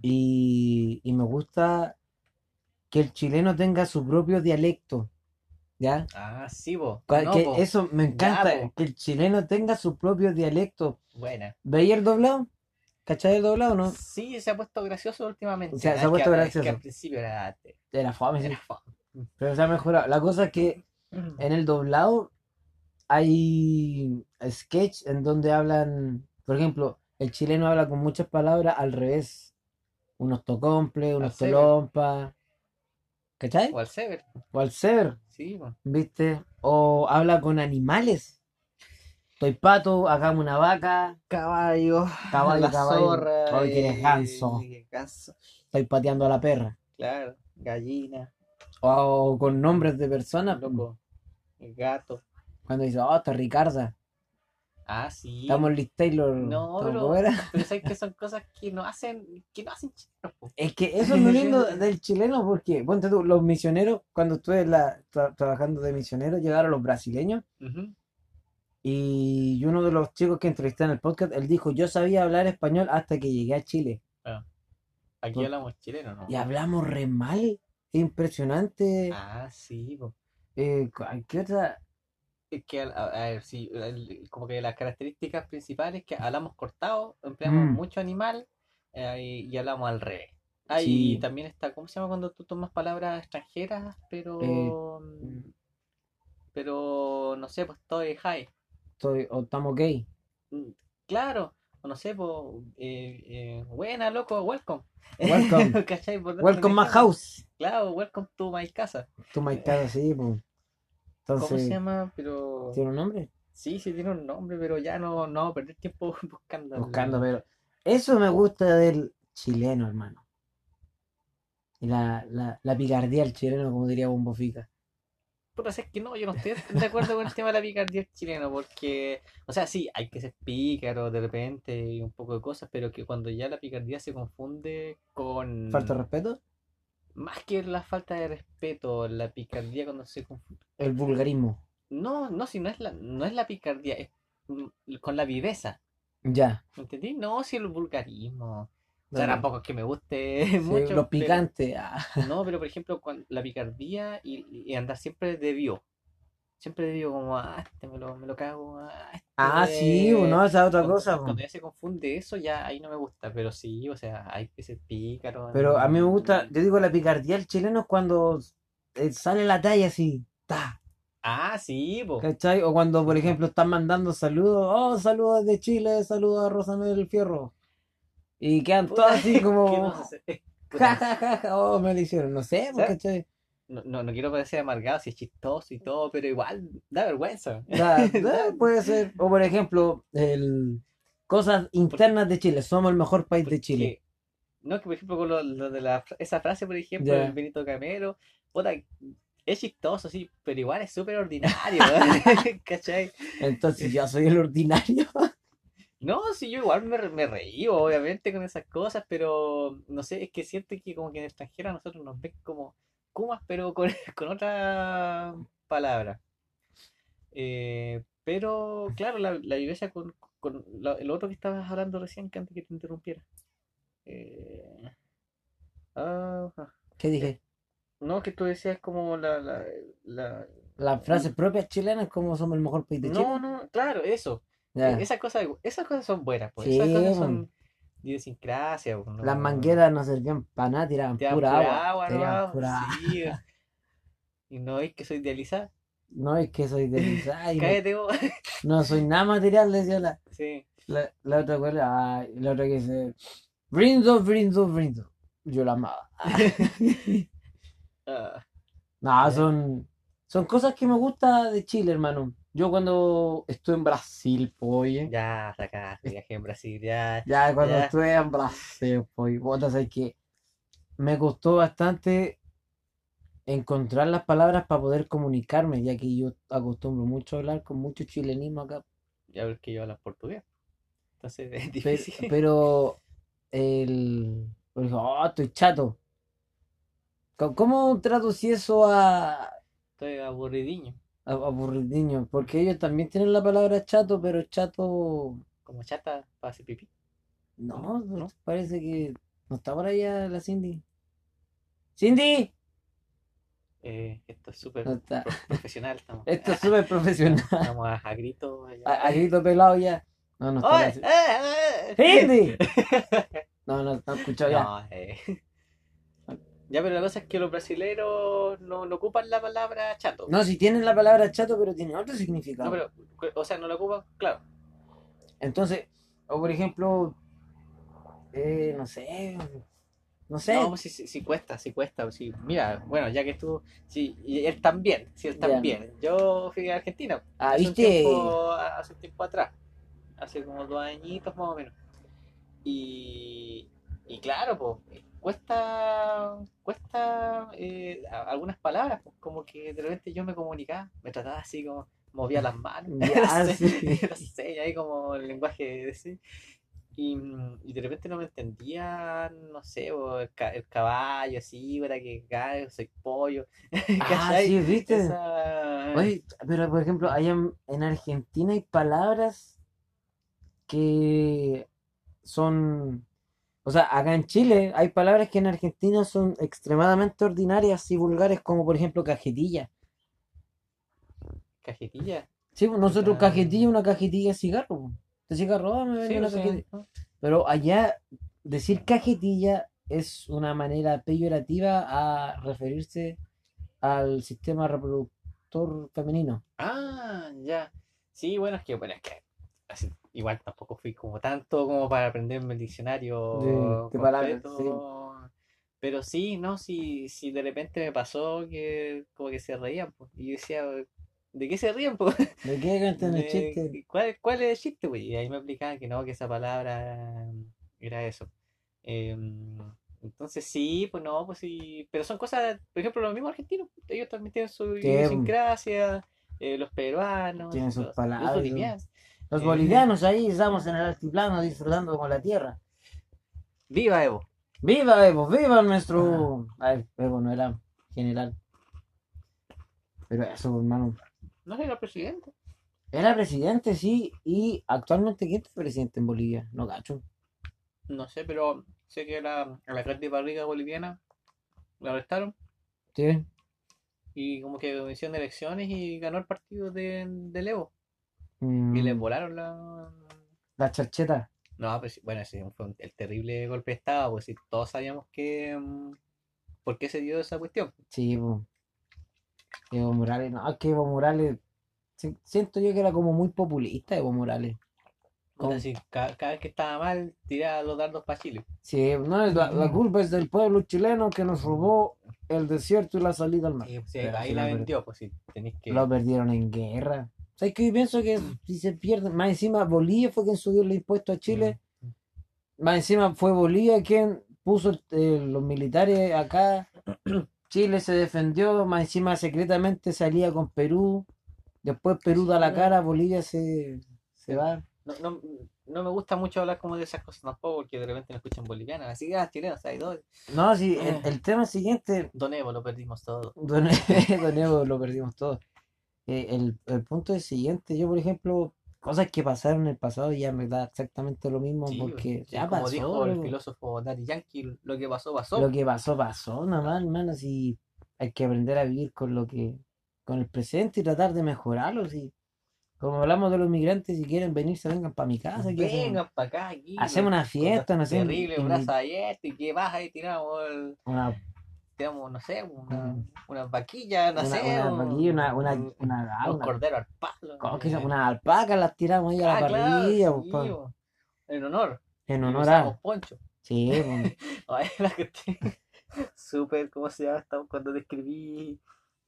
Y, y me gusta que el chileno tenga su propio dialecto, ¿ya? Ah, sí, vos. Cua- que eso me encanta, po. que el chileno tenga su propio dialecto. Buena. ¿Veía el doblado? ¿Cachai el doblado o no? Sí, se ha puesto gracioso últimamente. O sea, ¿no? se ha Es puesto que, es gracioso. que al principio era, Era fome, sí, Mm. era fome. pero se ha mejorado. La cosa es que en el doblado hay sketch en donde hablan, por ejemplo, el chileno habla con muchas palabras al revés. Unos tocomple, unos Al sever. tolompa, ¿cachai? O al Sever. O al sever. Sí, vos. ¿Viste? O habla con animales. Estoy pato, hagamos una vaca, Caballo. caballo, la caballo. zorra. Hoy tienes eh, ganso. ganso, Estoy pateando a la perra. Claro. Gallina. O con nombres de personas. Loco. El gato. Cuando dice, oh, está Ricarda. Ah, sí. Estamos Liz Taylor. No, estamos pero- como era. Pero sabes que son cosas que no hacen, que no hacen chilenos, po. Es que eso es lo lindo del chileno, porque ponte tú, los misioneros, cuando estuve en la- tra- trabajando de misionero, llegaron los brasileños. Ujú. Y uno de los chicos que entrevisté en el podcast, él dijo, yo sabía hablar español hasta que llegué a Chile. Aquí Por- hablamos chileno, ¿no? Y hablamos re mal. Impresionante. Ah, sí, po. Eh, cu- ¿qué otra? Es que, al- a, a ver, sí, el- como que las características principales que hablamos cortado, empleamos Mm. mucho animal eh, y, y hablamos al revés. Ah, y Sí. también está, ¿cómo se llama cuando tú tomas palabras extranjeras, pero, Eh, pero, no sé, pues todo es high. Estoy, o estamos gay. Mm, Claro, o no sé, pues, eh, eh, buena, loco, welcome. Welcome. ¿Cachai? Por dentro Welcome de my casa. house. Claro, welcome to my casa. Tu my casa, sí, po. ¿Cómo se Entonces, llama? Pero... ¿tiene un nombre? Sí, sí tiene un nombre, pero ya no, no vamos a perder tiempo buscando. Buscando, pero. Eso me gusta del chileno, hermano. Y la, la, la picardía del chileno, como diría Bombo Fica. Puta, si es que no, yo no estoy de acuerdo con el tema de la picardía chilena, porque, o sea, sí, hay que ser pícaro de repente y un poco de cosas, pero que cuando ya la picardía se confunde con... ¿Falta de respeto? Más que la falta de respeto, la picardía cuando se confunde... El vulgarismo. No, no, si no es la, no es la picardía, es mm, con la viveza, Ya. ¿me entendí? No, si el vulgarismo... O sea, Bueno, tampoco es que me guste sí, mucho, los pero- picantes. ah. No, pero por ejemplo, cuan- la picardía y, y andar siempre de vio. Siempre de vio como, ah, este me lo, me lo cago. Ah, este". Ah, sí, po, no, esa es otra Cuando- cosa. po. Cuando ya se confunde eso, ya ahí no me gusta. Pero sí, o sea, hay que ser pícaro. Pero a mí me gusta, y- yo digo la picardía del chileno es cuando eh, sale la talla así, ta, Ah, sí, po. ¿cachai? O cuando, por ejemplo, están mandando saludos, oh, saludos de Chile, saludos a Rosamel Fierro. Y quedan Puta, todos así ¿Qué como, vamos a hacer? ja, Puta, ja, ja, ja, oh, me lo hicieron, no sé, pues, ¿Sí? ¿cachai? No, no, no quiero parecer amargado si es chistoso y todo, pero igual da vergüenza. Da- da, eh, puede ser, o por ejemplo, el, cosas internas de Chile, somos el mejor país de Chile. Porque- No, que por ejemplo, con lo, lo de la, fra- esa frase, por ejemplo, Ya. del Benito Camero, puta, es chistoso, sí, pero igual es súper ordinario, ¿cachai? Entonces yo soy el ordinario. No, sí, yo igual me, re- me reí, obviamente, con esas cosas, pero no sé, es que siento que como que en el extranjero a nosotros nos ven como cumas, pero con, con otra palabra. Eh, pero, claro, la, la viveza con, con lo, el otro que estabas hablando recién, que antes que te interrumpiera. Eh, ah, ah. ¿Qué dije? No, que tú decías como la, la, la... Las frases propias chilenas, como somos el mejor país de Chile. No, no, claro, eso. Ya. Eh, Esas cosas, esas cosas son buenas, pues. Sí, Esas cosas bueno. son idiosincrasia, pues, Las no- mangueras no servían para nada, tiraban Te dan pura agua. agua, tiraban ¿no? pura agua. Sí. Y no es que soy idealizada. No, es que soy de ay, no- Cállate vos. No soy nada material, decía la, Sí. la, la otra cual, ay, la otra que dice, brindo, brindo, brindo. Yo la amaba. Ah, No, son, son cosas que me gusta de Chile, hermano. Yo cuando estuve en Brasil, oye. ya, sacaste, viaje en Brasil, ya. Ya cuando Ya. estuve en Brasil, pues, puta, sabes que me costó bastante encontrar las palabras para poder comunicarme, ya que yo acostumbro mucho a hablar con mucho chilenismo acá. Ya ves que yo hablo portugués. Entonces es Pe- Pero, difícil. el. por ejemplo, oh, estoy chato. Co- ¿Cómo traducí eso a, Estoy aburridiño. a- aburridiño, porque ellos también tienen la palabra chato, pero chato, Como chata para hacer pipí. no, ¿No? parece que no está por allá la Cindy. ¡Cindy! Eh, esto es súper No está. pro- profesional. Estamos, Esto es súper profesional. estamos a, a gritos. allá. A, a grito pelado ya. No, Ah, no está ¡Oye! la Cindy. ¡Eh, eh, eh! ¡Cindy! No, no, no escuchado ya. No, eh. Ya, pero la cosa es que los brasileros no, no ocupan la palabra chato. No, si tienen la palabra chato, pero tiene otro significado. No, pero, o sea, no la ocupan, claro. Entonces, o por ejemplo, eh, no sé, no sé. No, pues si, si, si cuesta, si cuesta. Si, mira, bueno, ya que tú. Sí, y él también, sí, él Ya. también. Yo fui a Argentina ah, hace un, ¿viste? tiempo, hace un tiempo atrás, hace como dos añitos más o menos. Y, y claro, pues, cuesta, cuesta eh, a- algunas palabras, pues, como que de repente yo me comunicaba, me trataba así como, movía las manos, Ya, no sé, sí. no sé, y ahí como el lenguaje de sí. Y, mm, y de repente no me entendía, no sé, o el, ca- el caballo, así, para que cae, soy pollo. Ah, ¿cachai? sí, ¿viste? Esa- Oye, pero por ejemplo, allá en, en Argentina hay palabras que son, o sea, acá en Chile hay palabras que en Argentina son extremadamente ordinarias y vulgares, como por ejemplo cajetilla. Cajetilla. Sí, pues, nosotros Ah. cajetilla, una cajetilla de cigarro. pues. De cigarro, ah, me vende Sí, una o sea, cajetilla. ¿no? Pero allá decir cajetilla es una manera peyorativa a referirse al sistema reproductor femenino. Ah, ya. Sí, bueno, es que, bueno, es que así- igual tampoco fui como tanto como para aprenderme el diccionario De- de palabras, completo. Pero sí, ¿no? Si, si de repente me pasó que como que se reían, pues, y yo decía, ¿de qué se ríen, pues? ¿De qué cantan el De- chiste? ¿Cuál, cuál es el chiste, güey? Y ahí me explicaban que no, que esa palabra era eso. Eh, entonces sí, pues no, pues sí. Pero son cosas, por ejemplo, los mismos argentinos, ellos también tienen su Sí. pues. idiosincrasia, eh, los peruanos, Tienen sus los, los palabras. bolivianos. Los Eh. bolivianos ahí estamos en el altiplano disfrutando con la tierra. ¡Viva Evo! ¡Viva Evo! ¡Viva nuestro! Ay, Evo no era general. Pero eso, hermano. ¿No era presidente? Era presidente, sí, y actualmente ¿quién es presidente en Bolivia? No cacho. No sé, pero sé que la, a la de barriga boliviana la arrestaron ¿Sí? y como que hicieron elecciones y ganó el partido de, del Evo. Mm, Y les volaron la... la charcheta. No, pues bueno, sí, fue un- el terrible golpe de Estado, pues sí, todos sabíamos que mm, por qué se dio esa cuestión. Sí, po. Evo Morales, no, es que Evo Morales, si- siento yo que era como muy populista Evo Morales. Es Con- decir, ca- cada, vez que estaba mal, tiraba los dardos para Chile. Sí, no, la, la culpa es del pueblo chileno que nos robó el desierto y la salida al mar. Sí, sí, Ah, pero ahí sí la lo per- vendió, pues sí, tenéis que. Lo perdieron en guerra. O sea, es que yo pienso que si se pierden, más encima Bolivia fue quien subió los impuestos a Chile, más encima fue Bolivia quien puso eh, los militares acá, Chile se defendió, más encima secretamente salía con Perú, después Perú da la cara, Bolivia se, se va. No, no, no me gusta mucho hablar como de esas cosas tampoco, porque de repente me escuchan bolivianas. Así que, ah, chilenos, hay dos. No, sí, el, el tema siguiente, Don Evo, lo perdimos todo. Don, Don Evo lo perdimos todo. Eh, el, el punto es siguiente, yo por ejemplo, cosas que pasaron en el pasado ya me da exactamente lo mismo Sí, porque sí, ya como pasó. dijo el loco. filósofo Daddy Yankee, lo que pasó, pasó. Lo que pasó, pasó, nomás, hermano, si hay que aprender a vivir con lo que, con el presente y tratar de mejorarlo, si como hablamos de los migrantes, si quieren venirse, vengan para mi casa, que hacemos- Vengan para acá, aquí. hacemos una fiesta, no sé, Terrible, invi- brazo abierto, y que baja y tiramos el. una, tenemos, no sé, una, Mm. una vaquilla, no una, sé, una un- vaquilla, una, una, un- una- un una- cordero al palo. ¿cómo que se eh. llama? unas alpacas las tiramos ahí a la Ah, claro, parrilla, pues, sí, pa- po. En honor. en y honor usamos a, poncho. sí, pues, Ay, la que te- Súper, ¿cómo se llama? Estamos cuando describí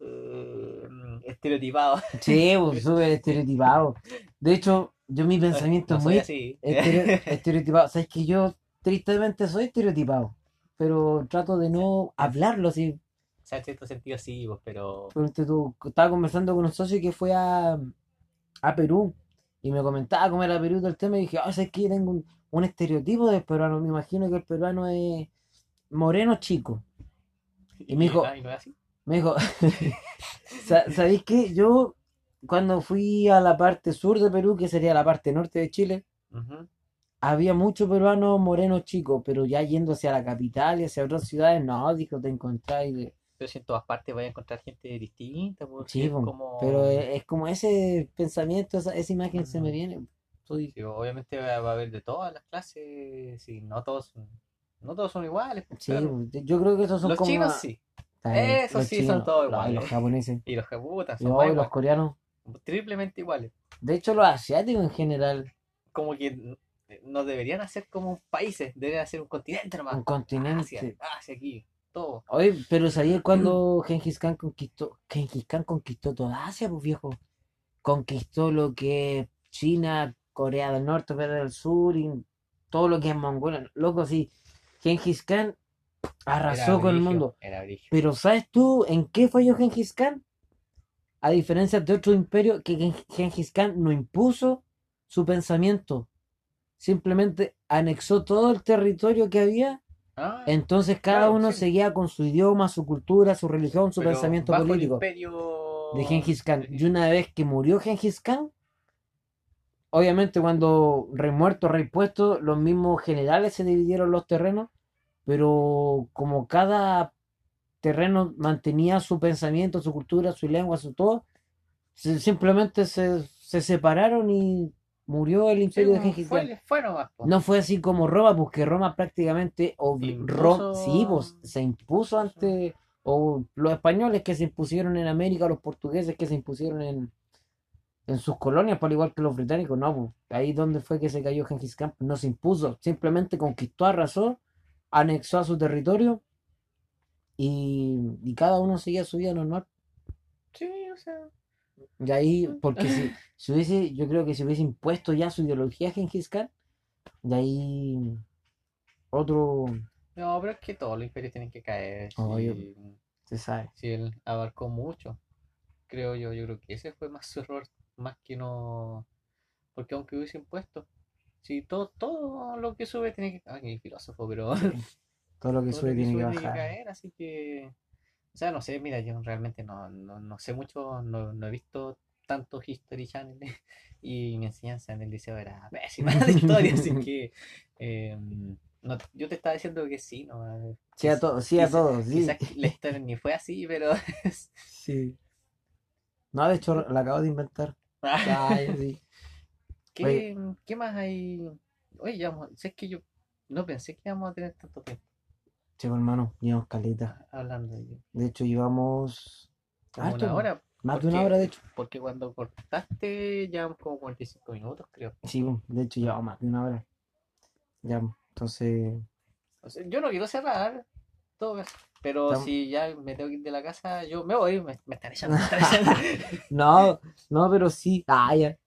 eh, estereotipado. sí, pues, súper estereotipado. De hecho, yo mi pensamiento No es soy muy así. Estere- estereotipado. Sabes que yo tristemente soy estereotipado, pero trato de no hablarlo así. O sea, en cierto sentido sí, pues, pero... Ponte tú, Estaba conversando con un socio que fue a, a Perú y me comentaba cómo era Perú del tema y dije, ah, sabes que tengo un, un estereotipo de peruano. Me imagino que el peruano es moreno chico. Y me dijo- ah, y no es así. Me dijo, "Sa- ¿sabéis qué? Yo cuando fui a la parte sur de Perú, que sería la parte norte de Chile, Ujú. había muchos peruanos morenos chicos, pero ya yendo hacia la capital y hacia otras ciudades, no, dijo, te encontráis. de- Pero si en todas partes vas a encontrar gente distinta, porque Sí, es po, como... pero eh, es, es como ese pensamiento, esa, esa imagen se me Mm. viene. Soy- Sí, obviamente va va a haber de todas las clases, y no todos son, no todos son iguales, pues, sí, claro. po, yo- yo creo que esos son Los como. chinos a- sí, Está bien, Eso los sí, son todos los- y los iguales. japoneses. y los jabutas Y son más hoy los iguales, coreanos. triplemente iguales. De hecho, los asiáticos en general. Como que n- eh, no deberían hacer como países, deberían hacer un continente nomás. Un continente. Asia, Asia aquí, todo. Oye, pero ¿sabías cuando Gengis Khan conquistó? Gengis Khan conquistó toda Asia, pues viejo. Conquistó lo que es China, Corea del Norte, Corea del Sur y todo lo que es Mongolia. Loco, sí. Gengis Khan arrasó con el brigio, mundo. era brigio. Pero ¿sabes tú en qué falló Gengis Khan? A diferencia de otro imperio que Gen- Gengis Khan no impuso su pensamiento. Simplemente anexó todo el territorio que había Ah, entonces cada Claro, uno sí. seguía con su idioma, su cultura, su religión, su pero pensamiento bajo el político imperio de Gengis Khan. de Y una vez que murió Gengis Khan, obviamente cuando remuerto, repuesto, los mismos generales se dividieron los terrenos, pero como cada terreno mantenía su pensamiento, su cultura, su lengua, su todo, se- simplemente se, se separaron y murió el Sí, imperio de pues, Gengis Khan. fue, fue nomás, po. No fue así como Roma, porque Roma prácticamente obli- Ro- sí, pues, Impuso... se impuso ante o los españoles que se impusieron en América, los portugueses que se impusieron en, en sus colonias, por igual que los británicos, no, pues, ahí donde fue que se cayó Gengis Khan, no se impuso, simplemente conquistó, arrasó, anexó a su territorio y, y cada uno seguía su vida normal. Sí, o sea... Y ahí, porque si, si hubiese, yo creo que si hubiese impuesto ya su ideología a Gengis Khan, de ahí otro, No, pero es que todos los imperios tienen que caer. Oh, yo- Si, se sabe. si él abarcó mucho, creo yo. Yo creo que ese fue más su error, más que no. Porque aunque hubiese impuesto, si todo, todo lo que sube tiene que. Ay, qué filósofo, pero Todo lo que todo lo sube tiene que que sube tiene que bajar. caer, así que. O sea, no sé, mira, yo realmente no, no, no sé mucho, no, no he visto tanto History Channel y mi enseñanza en el liceo era pésima de historia, así que eh, no, yo te estaba diciendo que sí, no, eh, Sí a quiz- todos, sí a quizá- todos, sí. quizás la historia ni fue así, pero es- Sí. No, de hecho, la acabo de inventar. Ah, Ah, ya, sí. ¿qué, qué más hay? Oye, ya vamos- si es que yo no pensé que íbamos a tener tanto tiempo Chico, pues, hermano, llevamos caleta. hablando de De hecho, llevamos como harto, una hora, más de porque, una hora, de hecho. porque cuando cortaste llevamos como 45 minutos, creo. Sí, bueno, de hecho, llevamos más de una hora. Ya, pues, entonces, O sea, yo no quiero cerrar todo, eso, pero Estamos- si ya me tengo que ir de la casa, yo me voy, me, me están echando, me están echando. no, no, pero sí. Ah, ya.